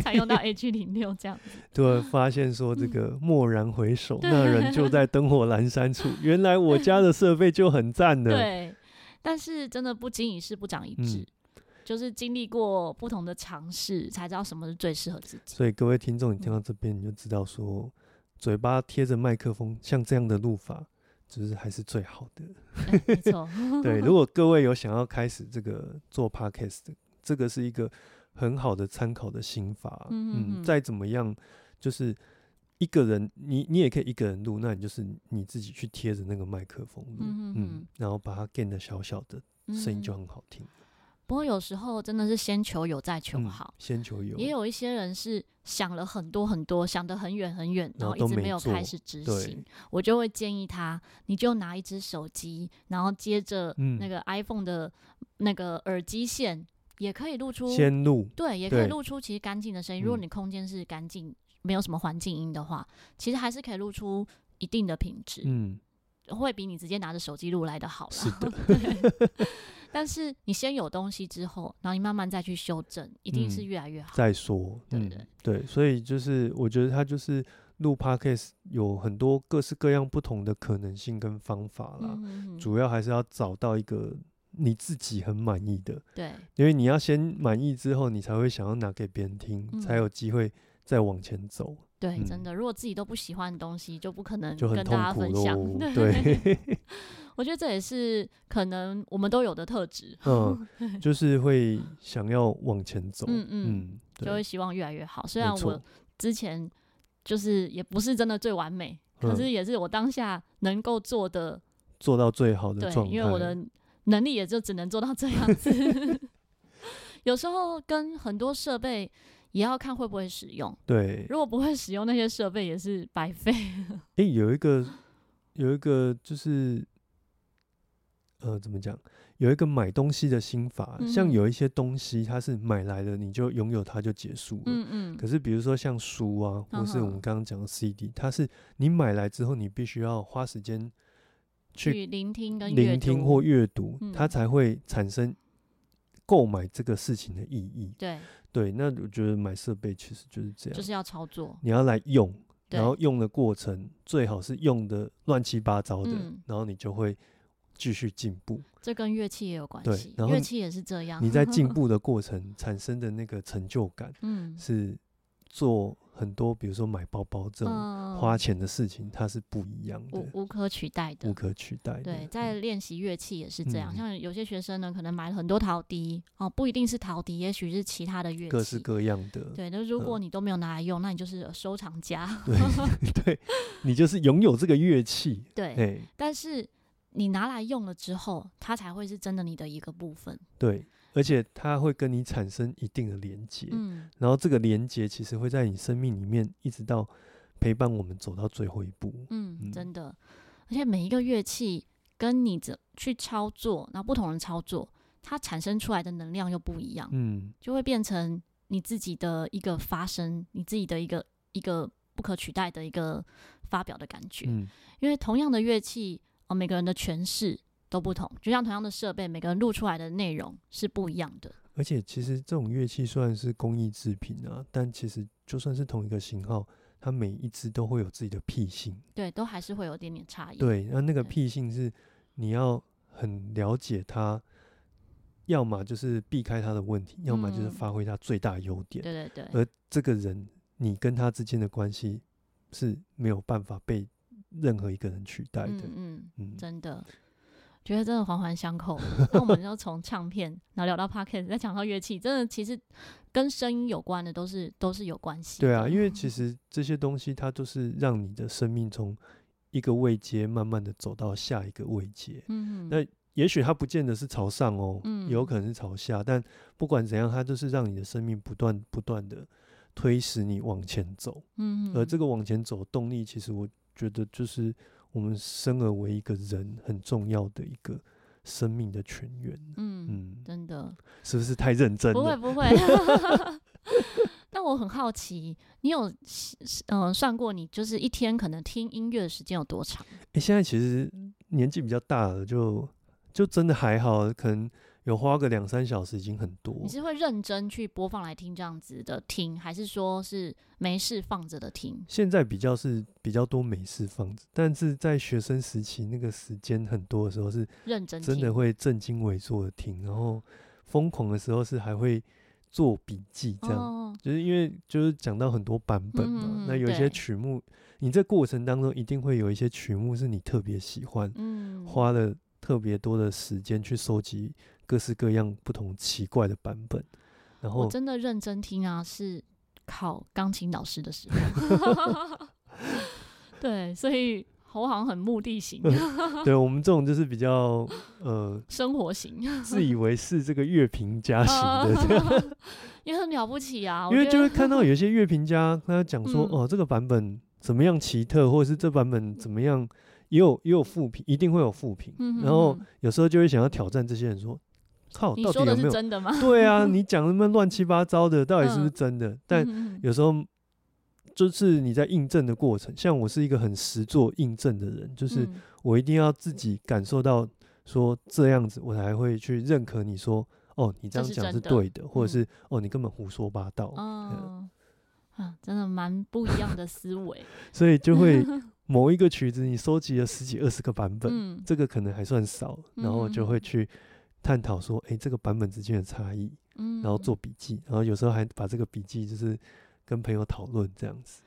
才用到 AG 零六这样子。突 然啊发现说这个嗯蓦然回首，对那人就在灯火阑珊处。原来我家的设备就很赞的。，对，但是真的不经一事不长一智，嗯就是经历过不同的尝试，才知道什么是最适合自己。所以各位听众，你听到这边你就知道说，嘴巴贴着麦克风，像这样的录法，就是还是最好的。哎没错，对，如果各位有想要开始这个做 podcast，这个是一个很好的参考的心法。嗯嗯嗯再怎么样，就是一个人，你你也可以一个人录，那你就是你自己去贴着那个麦克风录，嗯嗯嗯然后把它变得小小的，声音就很好听。不过有时候真的是先求有再求嗯好，先求有，也有一些人是想了很多很多，想得很远很远，然然后后都一直没没有做开始执行对。，我就会建议他，你就拿一只手机，然后接着嗯那个 iPhone 的那个耳机线，也可以录出先录，对，也可以对录出其实干净的声音。如果嗯你空间是干净，没有什么环境音的话，其实还是可以录出一定的品质。嗯，会比你直接拿着手机录来的好啦。是的 对但是你先有东西之后，然后你慢慢再去修正，一定是嗯越来越好。再说，对嗯对对，所以就是我觉得他就是录 podcast 有很多各式各样不同的可能性跟方法啦，嗯，嗯嗯主要还是要找到一个你自己很满意的，对，因为你要先满意之后，你才会想要拿给别人听，嗯才有机会再往前走，对，嗯真的，如果自己都不喜欢的东西，就不可能就跟很大痛家苦分享喽。。对， 对，我觉得这也是可能我们都有的特质，嗯，就是会想要往前走，嗯嗯嗯，对就会希望越来越好。虽没然错我之前就是也不是真的最完美，可是嗯也是我当下能够做的，做到最好的对状，态，因为我的能力也就只能做到这样子。 有时候跟很多设备也要看会不会使用，对，如果不会使用那些设备也是白费。诶，有一个有一个就是，呃怎么讲，有一个买东西的心法，像嗯有一些东西它是买来了你就拥有它就结束了。嗯嗯，可是，比如说像书啊，或是我们刚刚讲的 CD，它是你买来之后，你必须要花时间去去聆听跟阅聆听读或阅读，它嗯才会产生购买这个事情的意义。对，对，那我觉得买设备其实就是这样，就是要操作，你要来用，对啊然后用的过程最好是用的乱七八糟的，嗯然后你就会继续进步。这跟乐器也有关对系，然后乐你器也是这样。你在进步的过程产生的那个成就感， 嗯，是做很多，比如说买包包这种嗯花钱的事情，它是不一样的，无无可取代的无。可取代的。对，嗯在练习乐器也是这样，嗯像有些学生呢，可能买了很多陶笛哦，不一定是陶笛，也许是其他的乐器。各嗯式各样的，对，那如果你都没有拿来用，那你就是呃收藏家。 对 对，你就是拥有这个乐器，对，哎，但是你拿来用了之后，它才会是真的你的一个部分。对，而且它会跟你产生一定的连接，嗯，然后这个连接其实会在你生命里面一直到陪伴我们走到最后一步。嗯，嗯真的，而且每一个乐器跟你怎去操作，然后不同人操作，它产生出来的能量又不一样，嗯，就会变成你自己的一个发声，你自己的一个一个不可取代的一个发表的感觉。嗯，因为同样的乐器，哦，每个人的诠释都不同，就像同样的设备，每个人录出来的内容是不一样的。而且其实这种乐器虽然是工艺制品啊，但其实就算是同一个型号，它每一支都会有自己的癖性。对，都还是会有点点差异。，对，那那个对癖性是你要很了解它，要么就是避开它的问题，要么就是嗯发挥它最大优点。对对对，而这个人，你跟他之间的关系是没有办法被任何一个人取代的。嗯嗯。嗯，真的，觉得真的环环相 扣。那我们就从唱片，然后聊到 p o c k e t 再讲到乐器，真的其实跟声音有关的都是都是有关系的。对啊，因为其实这些东西它都是让你的生命从一个位阶慢慢的走到下一个位阶。嗯那也许它不见得是朝上哦，嗯也有可能是朝下，但不管怎样，它就是让你的生命不断不断的推使你往前走。嗯呃而这个往前走的动力，其实我觉得就是我们生而为一个人很重要的一个生命的泉源。嗯嗯，真的是不是太认真不会了？不 会。那我很好奇，你有嗯、呃、算过你就是一天可能听音乐的时间有多长？哎、现在其实年纪比较大了，就就真的还好，可能有花个两三小时已经很多你。是会认真去播放来听这样子的听，还是说是没事放着的听？现在比较是比较多美式放着，但是在学生时期那个时间很多的时候，是认真听真的会正襟危坐的听，然后疯狂的时候是还会做笔记这样。哦，就是因为就是讲到很多版本嘛，嗯嗯嗯那有一对些曲目，你这过程当中一定会有一些曲目是你特别喜欢，嗯，花了特别多的时间去收集各式各样不同奇怪的版本，然我后真的认真听啊，是考钢琴老师的时 候。对，所以我好像很目的型、对我们这种就是比较呃生活型，自以为是这个乐评家型啊的这样，呃 也很了不起啊。我因为觉就得会看到有些乐评家他讲说、嗯哦这个版本怎么样奇特，或者是这版本怎么样。也有也有负评，一定会有负评。嗯哼然后哼有时候就会想要挑战这些人说：“靠，你到底说有的没是有？”真的吗？对啊，你讲那么乱七八糟的，到底是不是嗯真的？ 但嗯有时候就是你在印证的过程，像我是一个很实做印证的人，就是嗯我一定要自己感受到说这样子，我才会去认可你说哦，你这这样是讲真是的对的，或者嗯是哦，你根本胡说八道，哦呃啊，真的蛮不一样的思 维。所以 就会某一个曲子你收集了十几二十个版本，嗯这个可能还算少，然后就会嗯去探讨说，诶，这个版本之间的差异。嗯，然后做笔记，然后有时候还把这个笔记就是跟朋友讨论这样子。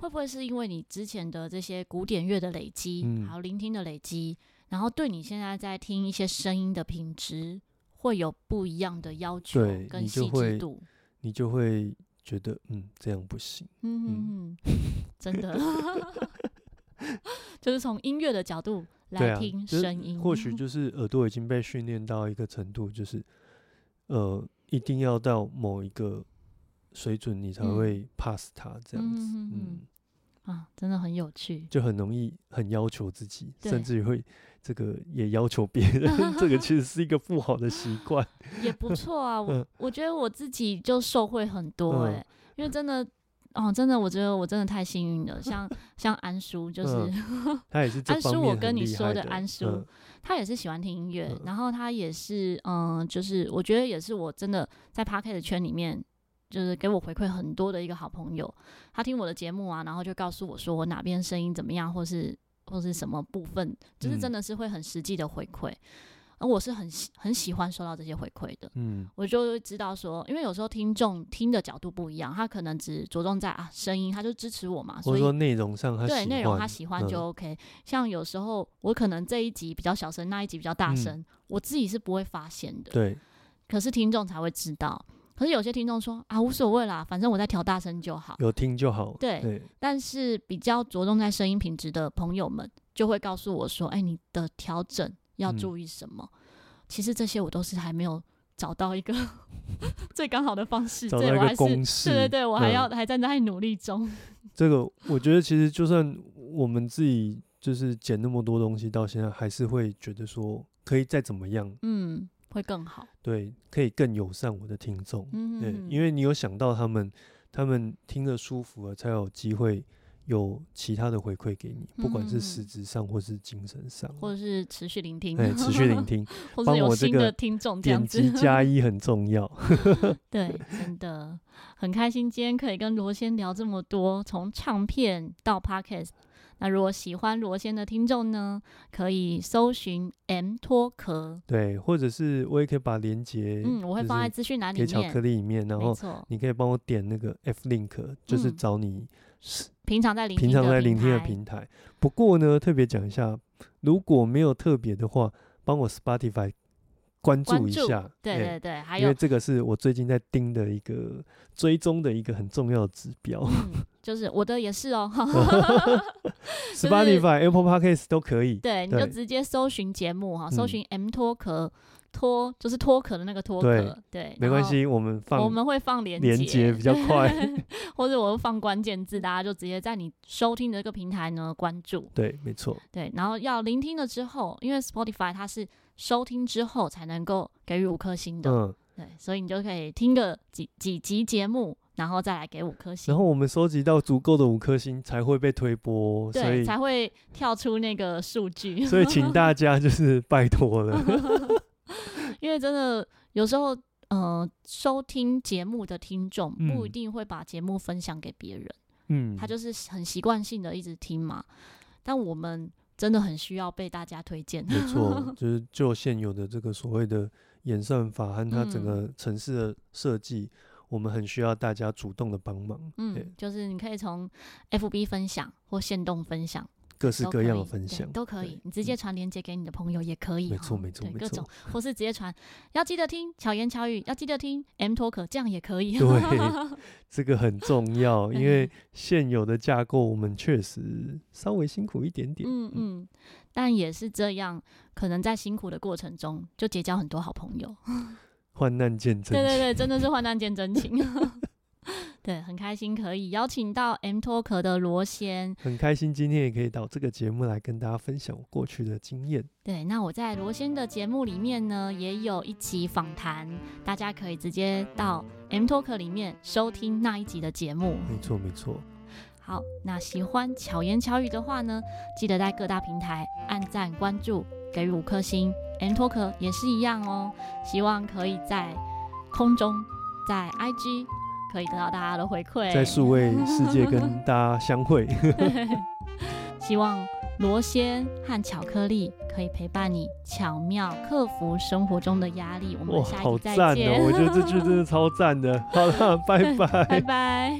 会不会是因为你之前的这些古典乐的累积，嗯还有聆听的累积，然后对你现在在听一些声音的品质会有不一样的要求对跟你就细致会度？你就会觉得，嗯，这样不行。嗯，哼哼真的， 就是从音乐的角度对来啊听就是声音，或许就是耳朵已经被训练到一个程度，就是呃，一定要到某一个水准，你才嗯会 pass 它这样嗯子。嗯嗯嗯，啊，真的很有趣。就很容易很要求自己，甚对至于会这个也要求别人， 这个其实是一个不好的习惯。也 不错啊，我、嗯我觉得我自己就受惠很多哎、嗯因为真的。哦，真的，我觉得我真的太幸运了。 像像安叔，就是、嗯 他也是这安方叔面我跟很你厉说害的的安叔嗯他也是喜欢听音乐，嗯然后他也是嗯，就是我觉得也是我真的在 p a r k 的圈里面，就是给我回馈很多的一个好朋友。他听我的节目啊，然后就告诉我说我哪边声音怎么样，或是或是什么部分，就是嗯真的是会很实际的回馈。而我是很喜很喜欢收到这些回馈的。嗯我就会知道说，因为有时候听众听的角度不一样，他可能只着重在啊声音，他就支持我嘛，或所者以说内容上他喜对欢，内容他喜欢就嗯 OK、像有时候我可能这一集比较小声，那一集比较大嗯声，我自己是不会发现的，对，可是听众才会知道。可是有些听众说啊无所谓啦，反正我在调大声就好。有听就好。对对，但是比较着重在声音品质的朋友们，就会告诉我说：“哎、你的调整要嗯注意什么？”其实这些我都是还没有找到一个 最刚好的方式，找对到一我个还是公式对对对，我还要、嗯还在那里努力中。这个我觉得其实就算我们自己就是剪那么多东西，到现在还是会觉得说可以再怎么样，嗯，会更好。对，可以更友善我的听众。对嗯，，因为为你有想到他们，他们听着舒服了，才有机会有其他的回馈给你，不管嗯是实质上或是精神上，或者是持续聆听，哎，持续聆，听， 或帮是有我这新个的听众这样点子。击 加一很重要。对，真的很开心，今天可以跟罗先聊这么多，从唱片到 podcast。那如果喜欢罗先的听众呢，可以搜寻 M 脱壳，对，或者是我也可以把链接，嗯，我会放在资讯栏里给巧克面。力里面，然没后错，你可以帮我点那个 F link，就是嗯找你平常在聆听平的常在聆听的台平台。不过呢，特别讲一下，如果没有特别的话，帮我 Spotify 关关注一注下，对哎对对，还因有为这个是我最近在盯的一个追踪的一个很重要的指标。 嗯，就是我的也是哦，是 Spotify、Apple Podcast 都可以。对，你就对直接搜寻节目哈，搜嗯寻 M 脱壳脱就是脱壳的那个脱对壳，对，没然关后系，我们我放们会放连连接接比较 快。或者我会放关键字，大家就直接在你收听的这个平台呢关注。对，没错，对，然后要聆听了之后，因为 Spotify 它是收听之后才能够给予五颗星的，嗯。对，所以你就可以听个几几集节目，然后再来给五颗星然，后我们收集到足够的五颗星才会被推播哦，所对，以才会跳出那个数据。所以请大家就是拜托了。 因为真的有时候，呃，收听节目的听众不一嗯定会把节目分享给别人。嗯，他就是很习惯性的一直听嘛。但我们真的很需要被大家推荐，没 错，就是就现有的这个所谓的演算法和它整嗯个城市的设计，我们很需要大家主动的帮忙，对嗯，就是你可以从 FB 分享或线动分享，各式都各可样的以对分享都可以对，你直接嗯传链接给你的朋友也可以哈，没错没错对没各错种，或是直接传，要记得听巧言巧语，要记得听 M Talk，这样也可以，对这个很重要，因 为嗯现有的架构我们确实稍微辛苦一点点。 嗯嗯，但也是这样，可能在辛苦的过程中就结交很多好朋友，患难见真对对情，对，真的是患难见真情。 对，很开心可以邀请到 M Talk 的罗先。很开心今天也可以到这个节目来跟大家分享我过去的经验。对，那我在罗先的节目里面呢，也有一集访谈，大家可以直接到 M Talk 里面收听那一集的节目。没错没错，好，那喜欢巧言巧语的话呢，记得在各大平台按赞、关注，给予五颗星。M Talk 也是一样哦，希望可以在空中，在 IG 可以得到大家的回馈，在数位世界 跟大家相会。对， 希望罗仙和巧克力可以陪伴你，巧妙克服生活中的压力。我哇，们下一好集赞再哦见，！我觉得这句真的超赞的。好了，拜拜。 拜拜。